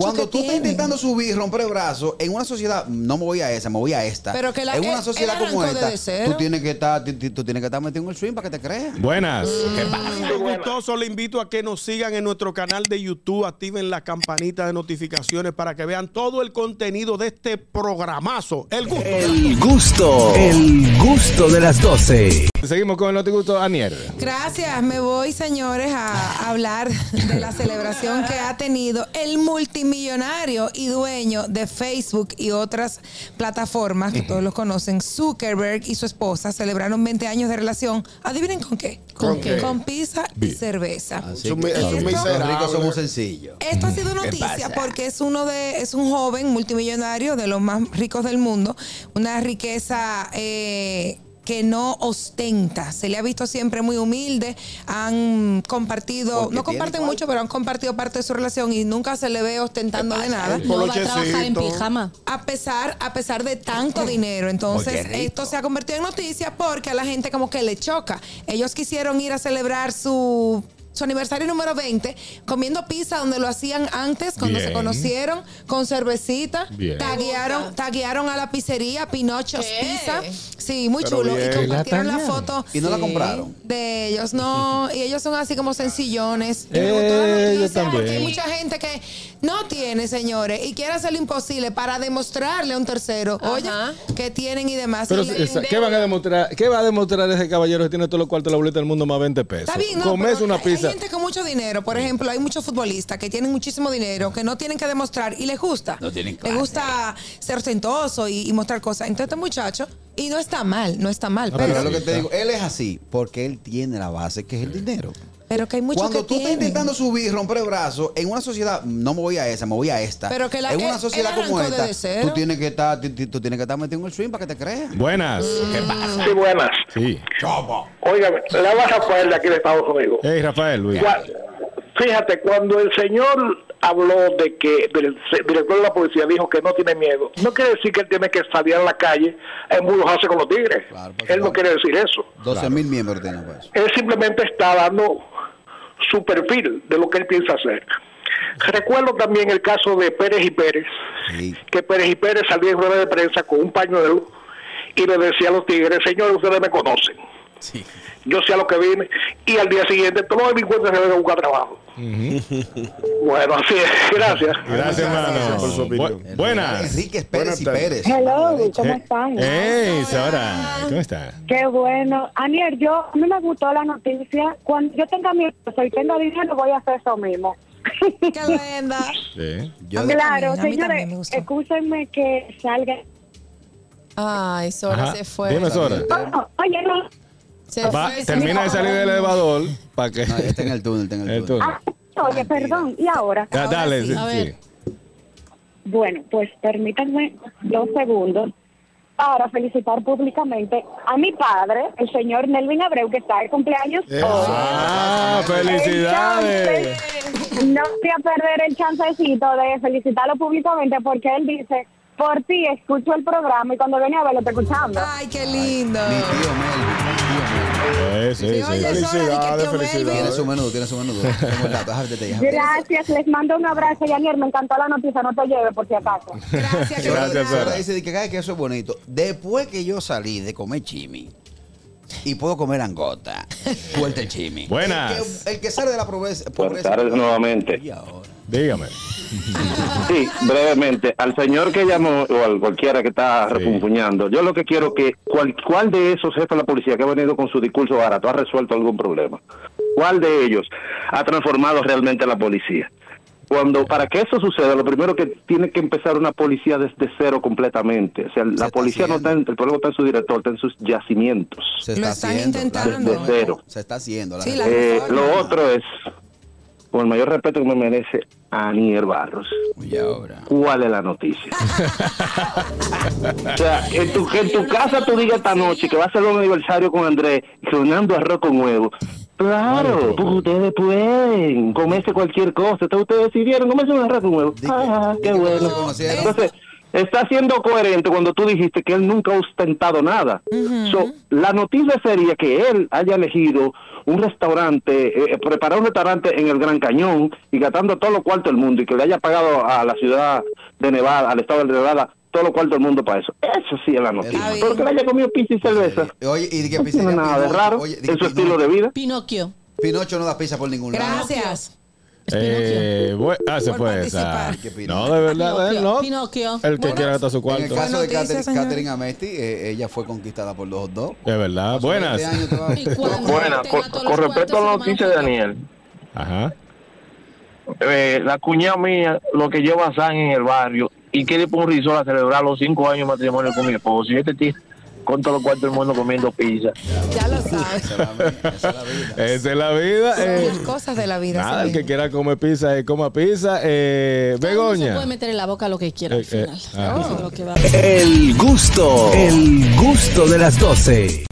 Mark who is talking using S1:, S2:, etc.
S1: cuando tú estás intentando subir, romper el brazo, en una sociedad, no me voy a esa, me voy a esta.
S2: Pero que la-
S1: en una
S2: él-
S1: sociedad
S2: él
S1: como
S2: arrancó
S1: esta,
S2: desde cero.
S1: tú tienes que estar, ti- ti- tú tienes que estar metido en el swing para que te creas.
S3: Buenas. ¿Qué
S4: Muy gustoso, le invito a que nos sigan en nuestro canal de YouTube, activen la campanita de notificaciones para que vean todo el contenido de este programazo.
S2: Eh,
S4: El gusto.
S5: El gusto, el gusto de las 12.
S3: pasa? Seguimos con el notigusto, Daniel.
S2: Gracias, me voy señores a hablar de la celebración que ha tenido el multimillonario y dueño de Facebook y otras plataformas que todos los conocen, Zuckerberg y su esposa celebraron 20 años de relación. Adivinen con qué?
S6: ¿Con qué?
S2: Con pizza y
S3: Bien.
S2: cerveza.
S6: Es un mi- es un
S1: los
S6: miserable.
S1: ricos somos sencillos.
S2: Esto ha sido noticia porque es uno de es un joven multimillonario de los más ricos del mundo, una riqueza eh, que no ostenta, se le ha visto siempre muy humilde, han compartido,
S1: Porque
S2: no
S1: tiene
S2: comparten
S1: cuarto.
S2: mucho, pero han compartido parte de su relación y nunca se le ve ostentando de nada.
S4: Por
S7: No va
S4: los
S7: a trabajar en
S4: checitos.
S7: pijama.
S2: A pesar, a pesar de tanto dinero.
S1: Oye,
S2: Entonces,
S1: rico.
S2: esto se ha convertido en noticia porque a la gente como que le choca. Ellos quisieron ir a celebrar su, su aniversario número 20 comiendo pizza donde lo hacían antes, cuando
S3: Bien.
S2: se conocieron, con cervecita.
S3: Bien.
S2: Taguearon, taguearon a la pizzería Pinochos
S7: ¿Qué?
S2: Pizza. Sí, muy
S4: Pero
S2: chulo.
S4: bien.
S2: Y compartieron
S3: La
S2: la,
S3: taguearon.
S2: foto.
S1: Y no la
S2: Sí.
S1: compraron.
S2: De ellos, no. Y ellos son así como sencillones. Y
S3: Eh,
S2: me gustó la
S3: yo
S2: noticia porque
S3: también.
S2: hay mucha gente que no tiene, señores, y quiere hacer lo imposible para demostrarle a un tercero,
S7: Ajá.
S2: oye, que tienen y demás.
S3: Pero,
S2: Y-
S3: esa- ¿qué, van a demostrar, ¿Qué va a demostrar ese caballero que tiene todos los cuartos de la boleta del mundo más 20 pesos?
S2: Está bien, no,
S3: Comerse
S2: pero
S3: una
S2: hay-
S3: pizza.
S2: Hay gente con mucho dinero, por ejemplo, hay muchos futbolistas que tienen muchísimo dinero, que no tienen que demostrar y les gusta.
S1: No tienen
S2: Les
S1: clase.
S2: gusta ser ostentoso y, y mostrar cosas. Entonces, este muchacho, y no está mal, no está
S3: Ah,
S2: mal,
S1: Pero es
S2: pero,
S1: lo que te digo, él es así porque él tiene la base que es el dinero.
S2: pero que hay muchos
S1: Cuando
S2: que
S1: tú estás
S2: tienen.
S1: intentando subir, romper el brazo, en una sociedad, no me voy a esa, me voy a esta.
S2: Pero que la-
S1: en
S2: él-
S1: una
S2: él
S1: sociedad como
S2: arrancó
S1: esta,
S2: desde cero.
S1: tú tienes que estar, ti- ti- tú tienes que estar metido en el swing para que te creas.
S3: Buenas. ¿Qué pasa?
S8: Sí, buenas.
S3: Sí.
S8: Oigan, le habla Rafael de aquí de Estados Unidos.
S3: Hey, Rafael, Luis.
S8: Cua- Fíjate, cuando el señor habló de que el director de la policía dijo que no tiene miedo, no quiere decir que él tiene que salir a la calle a embrujarse con los tigres.
S1: Claro, porque
S8: él no
S1: no.
S8: quiere decir eso.
S1: 12 mil miembros pues. tienen para eso.
S8: Él simplemente está dando su perfil de lo que él piensa hacer. Recuerdo también el caso de Pérez y Pérez,
S1: Sí.
S8: que Pérez y Pérez salía en rueda de prensa con un pañuelo y le decía a los tigres, señores, ustedes me conocen. Yo sé a lo que vine. Y al día siguiente todos los delincuentes se ven a buscar trabajo. Bueno, así es. Gracias.
S3: Gracias, hermano.
S4: por su opinión.
S3: Bu- buenas.
S1: Enrique Pérez
S4: Buenas
S1: y
S4: tardes.
S1: Pérez.
S9: Hello, ¿cómo
S3: Eh,
S9: están?
S3: Hey, Sara. ¿Cómo estás?
S9: Qué bueno. Aniel, yo, a mí me gustó la noticia. Cuando yo tenga mi esposo y tenga dinero, voy a hacer eso mismo.
S2: ¡Qué linda!
S3: Sí.
S1: Yo de-
S9: claro,
S2: también, a mí también me
S9: señores,
S2: gustó.
S9: escúchenme que salga.
S7: Ay, Sora
S3: Ajá.
S7: se fue.
S3: Dime, Sora.
S9: Oh, oye, no.
S7: Se
S3: Va,
S7: fue, se
S3: termina
S7: fue.
S3: de salir del elevador para que.
S1: No, este- está en el túnel, está en el
S3: El
S1: túnel.
S3: túnel.
S9: Ah, oye, perdón. ¿Y ahora?
S3: Da-
S7: Ahora
S3: Ah, dale,
S7: sí.
S3: sí,
S7: A
S3: sí.
S7: ver.
S9: Bueno, pues permítanme dos segundos para felicitar públicamente a mi padre, el señor Nelvin Abreu, que está de cumpleaños hoy.
S3: Eh, Ah, felicidades.
S9: Entonces, No voy a perder el chancecito de felicitarlo públicamente porque él dice, por ti escucho el programa y cuando viene a verlo te escuchando.
S2: ¡Ay, qué lindo!
S1: Mi tío Melvin,
S3: Eh,
S2: Sí,
S3: sí,
S2: oye,
S3: sí.
S2: Sora, di que tío Melvin.
S4: Felicidades,
S1: mi tío. Tiene
S4: felicidades.
S1: su menudo, tiene su menudo. Tengo el dato, déjame que te diga.
S9: Gracias, les mando un abrazo y Anier, me encantó la noticia, no te lleve por si acaso.
S2: Gracias, qué
S3: Gracias,
S2: linda.
S3: Sara.
S1: Dice que, "Ay, que eso es bonito. Después que yo salí de comer chimi y puedo comer angota, fuerte el chimi.
S3: Buenas.
S1: El que, el que sale de la pobreza.
S10: Buenas
S1: pobreza
S10: tardes nuevamente.
S1: Y ahora.
S3: Dígame.
S10: Sí, brevemente, al señor que llamó o al cualquiera que está
S3: Sí.
S10: refunfuñando, yo lo que quiero que cual, cuál de esos jefes de la policía que ha venido con su discurso barato ha resuelto algún problema. ¿Cuál de ellos ha transformado realmente a la policía? Cuando para que eso suceda, lo primero que tiene que empezar una policía desde cero completamente. O sea,
S1: está
S10: la policía no está en, el problema está en su director, está en sus yacimientos.
S1: Se
S2: Lo
S1: está
S2: están
S1: haciendo.
S2: intentando.
S1: la reforma.
S10: Desde cero.
S1: Se está haciendo. La
S2: Sí,
S1: reforma.
S2: la-
S10: Eh,
S2: reforma.
S10: lo otro es, con el mayor respeto que me merece, Anier Barros.
S1: Y ahora.
S10: ¿Cuál es la noticia? o sea, en tu, que en tu casa tú digas esta noche que va a hacer un aniversario con Andrés, sonando arroz con huevo. Claro, porque ustedes pueden comerse cualquier cosa. Entonces ustedes decidieron comerse un arroz con huevo.
S1: Di que-
S10: Ah,
S1: di
S10: qué
S1: que cuando
S10: bueno.
S1: se conocieron-
S10: Entonces, Está siendo coherente cuando tú dijiste que él nunca ha ostentado nada. So, la noticia sería que él haya elegido un restaurante, eh, preparar un restaurante en el Gran Cañón y gastando todo lo cuarto del mundo y que le haya pagado a la ciudad de Nevada, al estado de Nevada, todo lo cuarto del mundo para eso. Eso sí es la noticia.
S2: Está bien.
S10: Pero que le haya comido pizza y cerveza.
S1: Eh, Oye, y de que
S10: No
S1: pizza-
S10: tiene nada de
S1: Pinocho,
S10: raro
S1: oye, de que
S10: en su
S1: Pinocho-
S10: estilo de vida.
S7: Pinocchio.
S1: Pinocho no da pizza por ningún lado.
S2: Gracias.
S7: Es
S3: Eh, bueno, ah, se
S2: Por
S3: fue esa.
S2: participar.
S1: Qué
S3: No, de verdad, él no.
S7: Pinocchio. Pinocchio.
S3: El que
S7: Bueno,
S3: quiera gastar su
S1: En el
S3: cuarto.
S1: caso de
S2: Buenas noticias,
S1: Catherine,
S2: señor.
S1: Catherine Amesti, eh, ella fue conquistada por los dos.
S3: De verdad. Buenas.
S1: Este año te va-
S7: ¿Y cuándo?
S10: Buena,
S7: Tenga
S10: con,
S7: todos los
S10: con respecto a la
S7: cuartos en su
S10: noticia de
S7: mano.
S10: Daniel,
S3: Ajá.
S10: eh, la cuñada mía lo que lleva San en el barrio y quiere ir por un risol a celebrar los cinco años de matrimonio con mi esposo. Y este tío con todos los cuartos del mundo comiendo pizza.
S2: Ya lo sabes.
S1: Esa es la- esa es la vida.
S3: Esa es la vida.
S2: Son
S3: eh.
S2: las cosas de la vida.
S3: Nada, el
S2: Sabino.
S3: que quiera comer pizza, eh, coma pizza. Eh,
S7: Se
S3: Begoña.
S7: puede meter en la boca lo que quiera
S3: Eh,
S7: al
S3: eh,
S7: final.
S3: ah.
S7: Eso es lo que va a
S5: El gusto, el gusto de las doce.